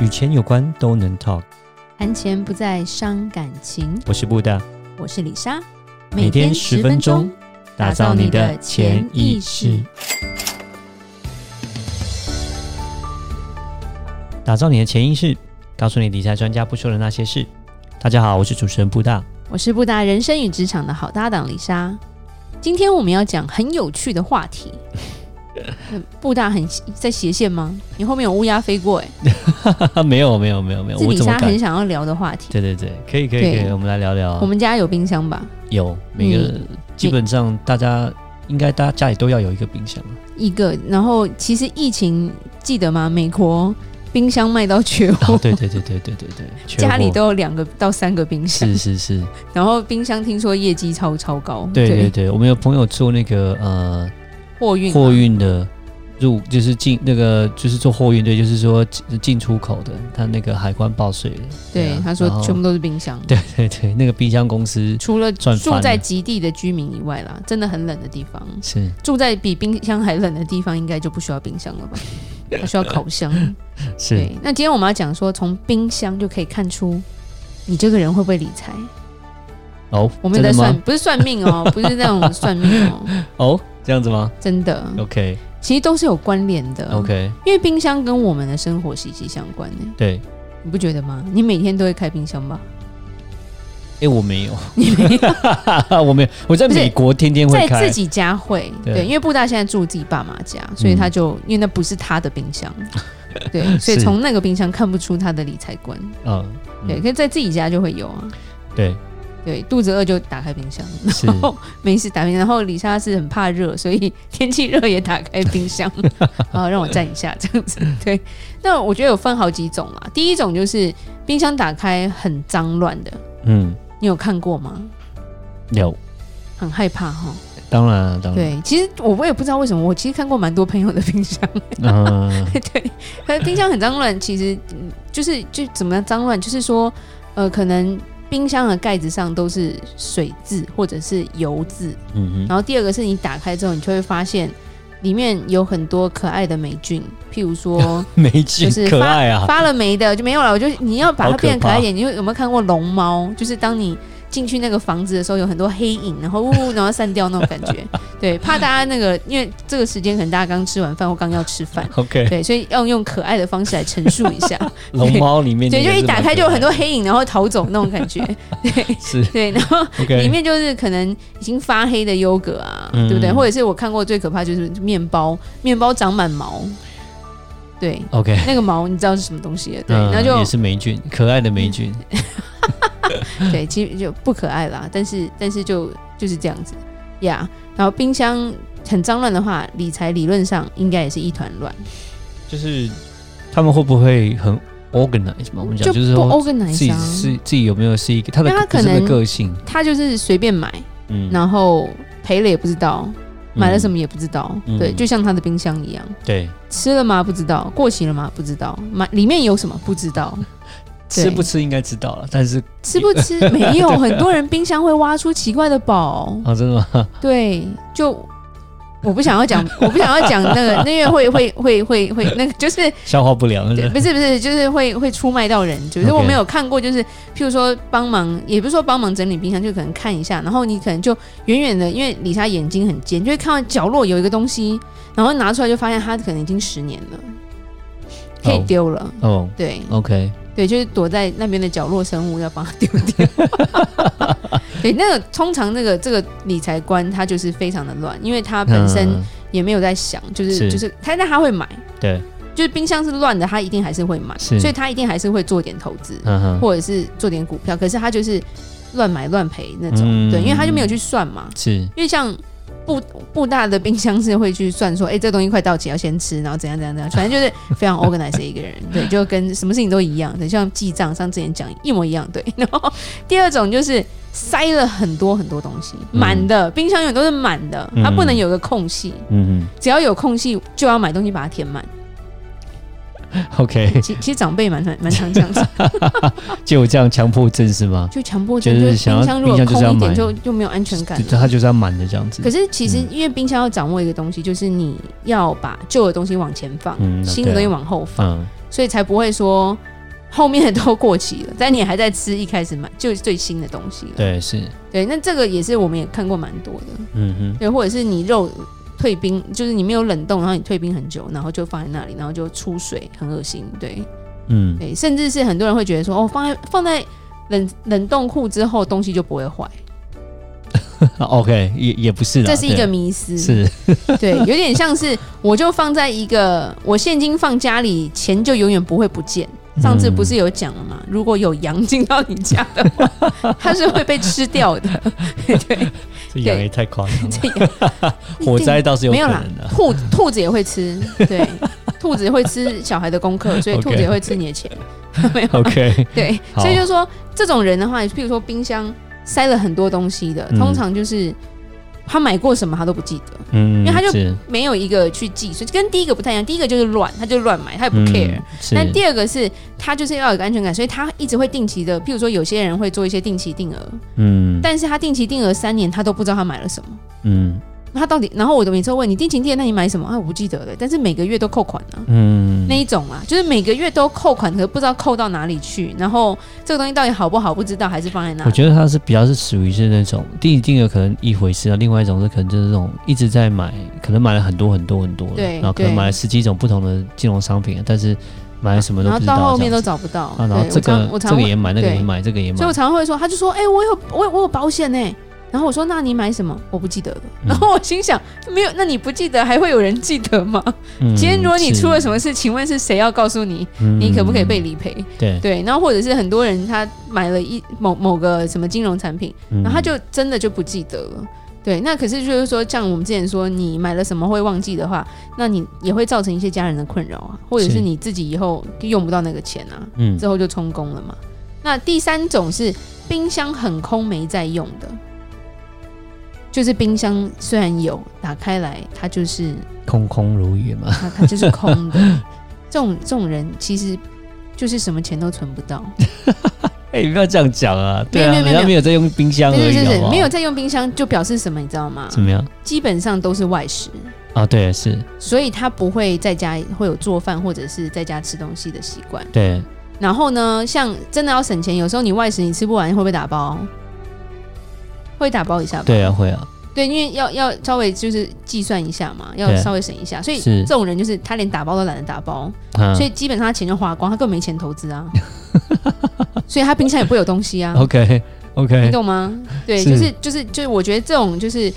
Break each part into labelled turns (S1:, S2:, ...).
S1: 与钱有关都能 talk。
S2: 谈钱不再伤感情，
S1: 我是布大，
S2: 我是李莎，
S1: 每天十分钟，打造你的潜意识，打造你的潜意识，告诉你理财专家不说的那些事。大家好，我是主持人布大。
S2: 我是布达人生与职场的好搭档李莎。今天我们要讲很有趣的话 题。嗯布达很在斜线吗？你后面有乌鸦飞过、欸，哎，
S1: 没有没有没有没有，
S2: 是
S1: 呃我
S2: 李
S1: 怎么
S2: 莎
S1: 敢
S2: 很？想要聊的话题。
S1: 对对对，可以可以
S2: 对
S1: 可以，我们来聊聊。
S2: 我们家有冰箱吧？
S1: 有每个、
S2: 嗯
S1: 基本上大家应该大家家里都要有一个 冰箱。
S2: 一个，然后其实疫情记得吗？美国冰箱卖到缺货，
S1: 哦，对对对对对对对，缺
S2: 家里
S1: 货
S2: 都有两个到三个冰箱，
S1: 是是 是。
S2: 然后冰箱听说业绩超超高，
S1: 对对对，我们有朋友做那个呃
S2: 货运嘛啊
S1: 货运的入，就是进那个就是做货运，对，就是说进进出口的，他那个海关报税的。
S2: 对
S1: 啊
S2: 他说
S1: 然后
S2: 全部都是冰箱，
S1: 对对对，那个冰箱公司
S2: 除了
S1: 赚翻
S2: 住
S1: 了
S2: 在极地的居民以外啦，真的很冷的地方，
S1: 是
S2: 住在比冰箱还冷的地方，应该就不需要冰 箱了吧？它需要烤箱。
S1: 是
S2: 对，那今天我们要讲说，从冰箱就可以看出你这个人会不会理财。
S1: 哦，
S2: 我们
S1: 真
S2: 有在
S1: 的
S2: 算
S1: 吗？，
S2: 不是算命哦， 不是那种算命哦，
S1: 哦，这样子吗
S2: 真的。
S1: ？OK
S2: 其实都是有关联的。
S1: OK，
S2: 因为冰箱跟我们的生活息息相关呢、
S1: 对，
S2: 你不觉得吗？你每天都会开冰箱吧？
S1: 哎，我没有， 我没有，我在
S2: 不是
S1: 美国天天会
S2: 在
S1: 开
S2: 自，己家会，
S1: 对嗯
S2: 对，因为布大现在住自己爸妈家，所以他就、因为那不是他的冰 箱，对，所以
S1: 是
S2: 从那个冰箱看不出他的理财观，
S1: 嗯，嗯
S2: 对，可是在自己家就会有啊，
S1: 对，
S2: 对，肚子饿就打开冰箱，
S1: 是
S2: 然后没事打冰箱，然后李莎是很怕热，所以天气热也打开冰箱，啊，让我站一下这样子。对，那我觉得有分好几种啦。第一种就是冰箱打开很脏乱的，
S1: 嗯，
S2: 你有看过吗？
S1: 有，
S2: 很害怕哈。
S1: 当然啊当然，
S2: 对，其实我我也不知道为什么，我其实看过蛮多朋友的冰箱，
S1: 嗯，
S2: 对，可是冰箱很脏乱，其实嗯就是就怎么样脏乱，就是说呃，可能冰箱的盖子上都是水渍或者是油渍。
S1: 嗯哼，
S2: 然后第二个是你打开之后，你就会发现里面有很多可爱的霉菌，譬 如说
S1: 美剧
S2: 就是
S1: 可
S2: 发
S1: 爱啊，
S2: 发了霉的就没有了。我就你要把
S1: 好
S2: 它
S1: 可
S2: 变得可
S1: 怕
S2: 爱一点，你就有没有看过龙猫？就是当你进去那个房子的时候，有很多黑影，然后呜呜，然后散掉那种感 觉。对，怕大家那个，因为这个时间可能大家刚吃完饭或刚要吃饭，
S1: OK，
S2: 对，所以要用可爱的方式来陈述一 下。
S1: 龙猫里面
S2: 对，
S1: 那
S2: 就
S1: 个
S2: 一
S1: 是
S2: 打
S1: 蛮
S2: 开
S1: 可
S2: 就有
S1: 爱
S2: 很多黑影，然后逃走那种感觉。对
S1: 是
S2: 对，然后
S1: OK，
S2: 里面就是可能已经发黑的优格啊，
S1: 嗯
S2: 对不对？或者是我看过最可怕就是面包，面包长满毛，对，
S1: OK，
S2: 那个毛你知道是什么东西了？对，
S1: 嗯
S2: 那
S1: 也
S2: 就是嗯
S1: 霉菌，可爱的霉菌，
S2: 对，其实就不可爱啦。但是但是就就是这样子呀。然后冰箱很脏乱的话，理财理论上应该也是一团乱，
S1: 就是他们会不会很 organize 嘛？我们讲就是
S2: 不
S1: 说自
S2: organize
S1: 己
S2: 啊。
S1: 是自己有没有是一个他的
S2: 因为他可
S1: 是
S2: 能
S1: 的个性，
S2: 他就是随便买，
S1: 嗯
S2: 然后赔了也不知道，买了什么也不知道。
S1: 嗯
S2: 对，就像他的冰箱一样。
S1: 对，
S2: 吃了吗？不知道。过期了吗？不知道。买里面有什么？不知道。对
S1: 吃不吃应该知道了，但是
S2: 吃不吃？ 没有。很多人冰箱会挖出奇怪的宝。
S1: 啊，真的吗？
S2: 对，就我不想要讲，我不想要讲那个，那因为会会会会会那个，就是
S1: 消化不良，
S2: 对不是不是，就是会会出卖到人。就
S1: 嗯
S2: 是
S1: OK
S2: 我没有看过，就是譬如说帮忙，也不是说帮忙整理冰箱，就可能看一下，然后你可能就远远的，因为李莎眼睛很尖，就会看到角落有一个东西，然后拿出来就发现它可能已经十年了，可以
S1: 哦
S2: 丢了。
S1: 哦
S2: 对，
S1: ，OK，
S2: 对，就是躲在那边的角落生物要把它丢掉。 对，那个通常那个这个理财观，它就是非常的乱，因为它本身
S1: 嗯
S2: 也没有在想，就是
S1: 是
S2: 就是，但但他会买，
S1: 对，
S2: 就是冰箱是乱的，他一定还是会买，
S1: 是
S2: 所以他一定还是会做点投资、
S1: 嗯哼，
S2: 或者是做点股票，可是他就是乱买乱赔那种，
S1: 嗯
S2: 对，因为他就没有去算嘛，
S1: 是
S2: 因为像。布布大的冰箱是会去算说，哎、这东西快到期要先吃，然后怎样怎样怎样，反正就是非常 organized 的一个人，对，就跟什么事情都一样，对，像记账，像之前讲一模一样，对。然后第二种就是塞了很多很多东西，
S3: 嗯
S2: 满的，冰箱永远都是满的，
S1: 嗯
S2: 它不能有个空隙，
S3: 嗯
S2: 只要有空隙就要买东西把它填满。
S1: OK，
S2: 其其实长辈蛮蛮蛮常这 样子，
S1: 就有这样强迫症是吗？
S2: 就强迫症，
S1: 就
S2: 就是是
S1: 想要
S2: 冰箱如果
S1: 冰箱就是要
S2: 空一点
S1: 买
S2: 就就没有安全感
S1: 就
S2: 了。
S1: 他就是要满的这样子
S2: 可。是其实
S1: 嗯
S2: 因为冰箱要掌握一个东西，就是你要把旧的东西往前放，
S3: 嗯
S2: 新的东
S3: 对
S2: 西
S3: 啊
S2: 往后放，
S1: 嗯，
S2: 所以才不会说后面的都过期了， 但你还在吃一开始买就是最新的东西了。
S1: 对，是，
S2: 对，那这个也是我们也看过蛮多的，
S3: 哼，嗯
S2: 对，或者是你肉退冰，就是你没有冷冻，然后你退冰很久，然后就放在那里，然后就出水，很恶心。对
S3: 哼，嗯
S2: 对，甚至是很多人会觉得说，哦，放在放在冷冷冻库之后，东西就不会坏，
S1: OK，也也不是啦，啊
S2: 这是一个
S1: 对
S2: 迷思。
S1: 是
S2: 对，有点像是我就放在一个我现金放家里，钱就永远不会不见。
S1: 嗯
S2: 上次不是有讲了吗？如果有羊进到你家的 话，它是会被吃掉的。 对，
S1: 这
S2: 羊也
S1: 太夸张了，
S2: 这样
S1: 火灾倒是有
S2: 没
S1: 可
S2: 有啦
S1: 能啊的，。
S2: 兔兔子也会吃，对，兔子会吃小孩的功课，所以
S1: OK
S2: 兔子也会吃你的钱。没有，
S1: OK，
S2: 对，
S1: 好
S2: 所以就是说这种人的话，譬如说冰箱塞了很多东西的，
S3: 嗯
S2: 通常就是他买过什么他都不记得。
S3: 嗯，
S2: 因为他就
S1: 就
S2: 没有一个去记，所以跟第一个不太一样。第一个就是乱，他就乱买，他也不 care、
S1: 嗯是
S2: 但第二个是他就是要有个安全感，所以他一直会定期的，譬如说有些人会做一些定期定额，
S3: 嗯
S2: 但是他定期定额三年，他都不知道他买了什么。
S3: 嗯
S2: 那他到底，然后我的每次都问你定期定额，那你买什么啊？我不记得了，但是每个月都扣款啊。
S3: 嗯
S2: 那一种啊，就是每个月都扣款，可是不知道扣到哪里去，然后这个东西到底好不好不知道，还是放在那
S1: 我
S2: 里。
S1: 觉得他是比较是属于是那种定定额可能一回事啊，另外一种是可能就是那种一直在买，可能买了很多很多很多的，
S2: 对
S1: 然后可能
S2: 对
S1: 买了十几种不同的金融商品，啊但是买了什么都
S2: 然
S1: 不
S2: 后
S1: 知
S2: 到
S1: 道
S2: 后
S1: 这
S2: 面都
S1: 样子。
S2: 找不到。
S1: 啊，然后
S2: 对
S1: 这个这
S2: 我常我常
S1: 个也买，那个也
S2: 对
S1: 买，这个也买
S2: 所以我，常常会说，他就说：“哎、我有我有我有保险呢、然后我说：“那你买什么？”我不记得了。
S1: 嗯
S2: 然后我心想：“没有，那你不记得还会有人记得吗？
S3: 嗯
S2: 今天如果你
S1: 是嗯
S2: 出了什么事，请问是谁要告诉你？你可不可以被理赔？
S1: 对，
S2: 对，然后或者是很多人他买了一某某个什么金融产品，
S3: 嗯
S2: 然后他就真的就不记得了。对，那可是就是说，像我们之前说，你买了什么会忘记的话，那你也会造成一些家人的困扰啊，或者
S1: 是
S2: 是你自己以后就用不到那个钱啊。
S3: 嗯
S2: 之后就充公了嘛。那第三种是冰箱很空没在用的，就是冰箱虽然有打开来，它就是
S1: 空空如也嘛，
S2: 它它就是 空的。这种这种人其实就是什么钱都存不到，
S1: 哎， 你不要这样讲啊，对啊，
S2: 没有没有
S1: 人家没有在用冰箱而
S2: 对
S1: 已，
S2: 对
S1: 好
S2: 对
S1: 不好
S2: 对，没有在用冰箱就表示什么，你知道吗？
S1: 怎么样
S2: 基本上都是外食，
S1: 啊？对，是，
S2: 所以他不会在家会有做饭或者是在家吃东西的习惯。
S1: 对，
S2: 然后呢，像真的要省钱，有时候你外食你吃不完会不会打包？会打包一下吧。
S1: 对啊，会啊，
S2: 对，因为要要稍微就是计算一下嘛，要
S1: 对
S2: 稍微省一下，所以
S1: 是
S2: 这种人就是他连打包都懒得打包，
S1: 啊
S2: 所以基本上他钱就花光，他根本没钱投资啊， 所以他冰箱也不会有东西啊，
S1: OK
S2: 你
S1: OK
S2: 懂吗？对，
S1: 是
S2: 就是就是就是，我觉得这种就是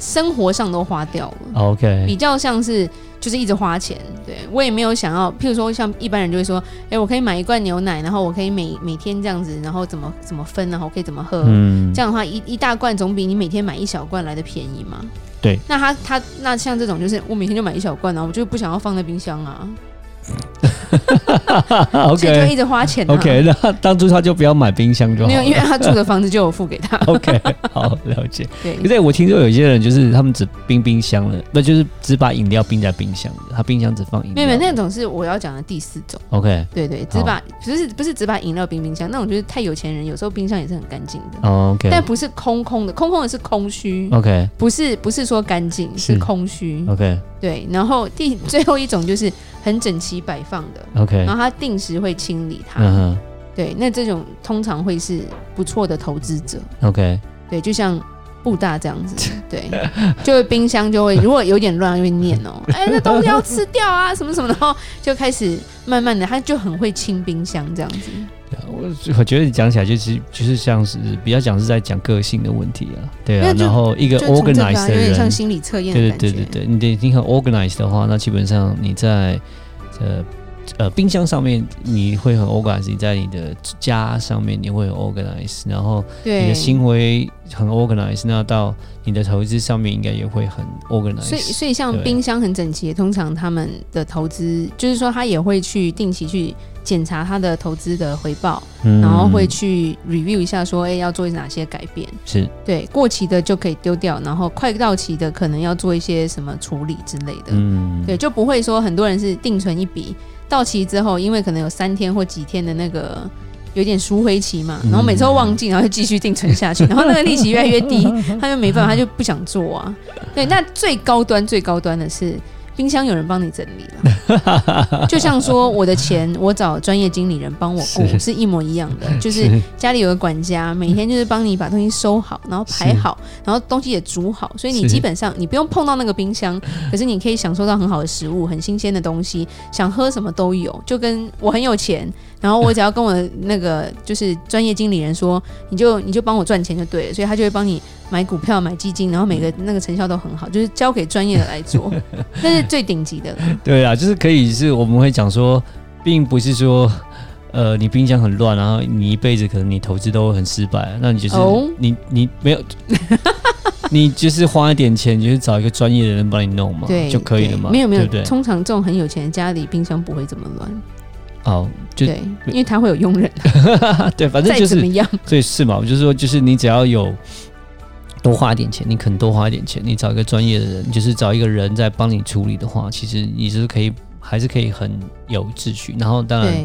S2: 生活上都花掉了，
S1: 啊 OK，
S2: 比较像是就是一直花钱。对我也没有想要，譬如说像一般人就会说，哎，我可以买一罐牛奶，然后我可以每每天这样子，然后怎么怎么分，然后可以怎么喝，
S3: 嗯
S2: 这样的话，一一大罐总比你每天买一小罐来的便宜嘛。
S1: 对，
S2: 那他他那像这种就是我每天就买一小罐啊，我就不想要放在冰箱啊，所以就
S1: OK
S2: 一直花钱、啊。
S1: OK，那当初他就不要买冰箱就好
S2: 没有，因为
S1: 了。
S2: 他住的房子就有付 给他。
S1: OK，好了解。
S2: 对
S1: 可，是我听说有些人就是他们只冰冰箱了，那就是只把饮料冰在冰箱，他冰箱只放饮
S2: 没
S1: 料。
S2: 有没有，那种是我要讲的第四种。
S1: OK
S2: 对对，只把不是不是只把饮料冰冰箱，那种就是太有钱人，有时候冰箱也是很干净的。
S1: 哦 OK
S2: 但不是空空的，空空的是空虚，
S1: OK
S2: 不是不是说干净，
S1: 是哦
S2: 是空虚。
S1: OK
S2: 对，然后第最后一种就是很整齐摆放的，
S1: OK，
S2: 然后他定时会清理它。
S1: 嗯
S2: 对，那这种通常会是不错的投资者，
S1: 哼 OK，
S2: 对，就像布大这样子， 对，就会冰箱就会如果有点乱，就会念哦，哎，那东西要吃掉啊，什么什么，然后就开始慢慢的，他就很会清冰箱这样子，
S1: 对啊我我觉得你讲起来就是就是像是比较讲是在讲个性的问题啊，对
S2: 没
S1: 啊
S2: 有，就
S1: 然后一个
S2: 就从这个啊
S1: organized 的
S2: 有点像
S1: 人，
S2: 心理测验的
S1: 对
S2: 感觉，
S1: 对对对对，你得你很 organized 的话，那基本上你在呃呃冰箱上面你会很 organized，你在你的家上面你会很 organized，然后
S2: 对
S1: 你的行为很 organized，那到你的投资上面应该也会很
S2: 所以，
S1: organized。
S2: 所以像
S1: 对
S2: 冰箱很整齐，通常他们的投资就是说，他也会去定期去检查他的投资的回报，
S3: 嗯
S2: 然后会去 review 一下说，哎、要做哪些改变。
S1: 是，
S2: 对，过期的就可以丢掉，然后快到期的可能要做一些什么处理之类的。
S3: 嗯，
S2: 对，就不会说很多人是定存一笔，到期之后，因为可能有三天或几天的那个有点赎回期嘛，然后每次都忘记，然后就继续定存下去，然后那个利息越来越低，他就没办法，他就不想做啊。对，那最高端最高端的是。冰箱有人帮你整理了，就像说我的钱我找专业经理人帮我顾
S1: 是
S2: 是一模一样的，就是家里有个管家，每天就是帮你把东西收好，然后排
S1: 是
S2: 好，然后东西也煮好，所以你
S1: 是
S2: 基本上你不用碰到那个 冰箱，可是你可以享受到很好的食物、很新鲜的东西，想喝什么都有。就跟我很有钱，然后我只要跟我的那个就是专业经理人说，你就 你就帮我赚钱就对了，所以他就会帮你买股票、买基金，然后每个那个成效都很好，就是交给专业的 来做，那是最顶级的了。
S1: 对啊，就是可以是我们会讲说，并不是说，呃，你冰箱很乱，然后你一辈子可能你投资都会很失败，那你就是、
S2: 哦
S1: 你你没 有，你就是花一点钱，你就是找一个专业的人帮你弄嘛，
S2: 对，
S1: 就可以了
S2: 对
S1: 嘛，
S2: 没有没有，
S1: 对不对？
S2: 通常这种很有钱的家里冰箱不会这么乱，
S1: 哦，就
S2: 对，因为他会有佣人，
S1: 对，反正
S2: 再
S1: 就
S2: 怎么
S1: 是，
S2: 样，
S1: 所以是嘛，我就是说，就是你只要有。多花一点钱，你肯多花一点钱，你找一个专业的人，就是找一个人在帮你处理的话，其实你是可以，还是可以很有秩序。然后当然，
S2: 对。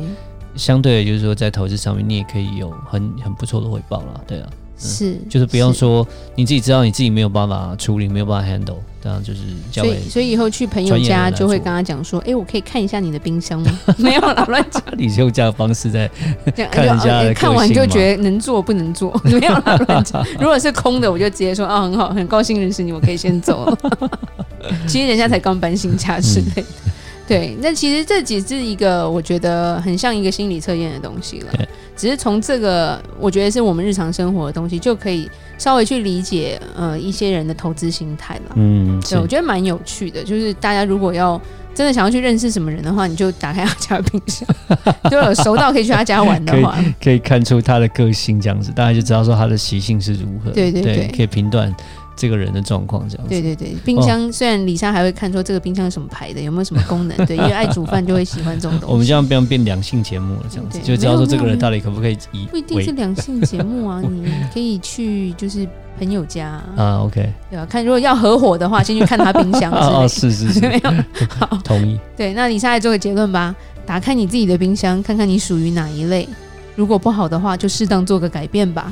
S1: 相对的，就是说在投资上面，你也可以有很很不错的回报啦，对啊，
S2: 嗯是，
S1: 就是不要说你自己知道你自己没有办法处理，没有办法 handle，当然就是交
S2: 所
S1: 给
S2: 以，所以以后去朋友
S1: 专业人
S2: 家
S1: 来
S2: 就会
S1: 做
S2: 跟他讲说：“哎、我可以看一下你的冰箱吗？” 没有啦，乱讲。
S1: 李秀这样的方式在
S2: 讲
S1: 看人
S2: 就
S1: 家的
S2: 呃
S1: 个
S2: 看完就
S1: 性嘛
S2: 觉得能做不能做， 没有啦，乱讲。如果是空的，我就直接说：“啊，很好，很高兴认识你，我可以先走了。” 其实人家才刚搬新家
S1: 嗯
S2: 之类的。对，那其实这只是一个我觉得很像一个心理测验的东西了
S1: 对，
S2: 只是从这个我觉得是我们日常生活的东西就可以稍微去理解呃一些人的投资心态了。
S3: 嗯，
S2: 对，我觉得蛮有趣的。就是大家如果要真的想要去认识什么人的话，你就打开他家冰箱， 就有熟到可以去他家玩的话，
S1: 可以看出他的个性这样子，大家就知道说他的习性是如何，
S2: 对对对
S1: 可以评断这个人的状况这样子，
S2: 对对对。冰
S1: 哦
S2: 箱、虽然李莎还会看说这个冰箱是什么牌的，有没有什么功能，对，因为爱煮饭就会喜欢这种东西。
S1: 我们这样不要变两性节目了，这样子
S2: 对
S1: 就知道说
S2: 没有
S1: 这个
S2: 没有
S1: 人到底可不可以以
S2: 不一定
S1: 为
S2: 是两性节目啊，你可以去就是朋友家啊、
S1: 啊，OK，
S2: 对吧、看如果要合伙的话，先去看他冰 箱之类
S1: 啊啊
S2: 的。
S1: 是是
S2: 没
S1: 是，
S2: 有好，
S1: 同意，
S2: 对，那李莎来做个结论吧。打开你自己的冰箱，看看你属于哪一类。如果不好的话，就适当做个改变吧。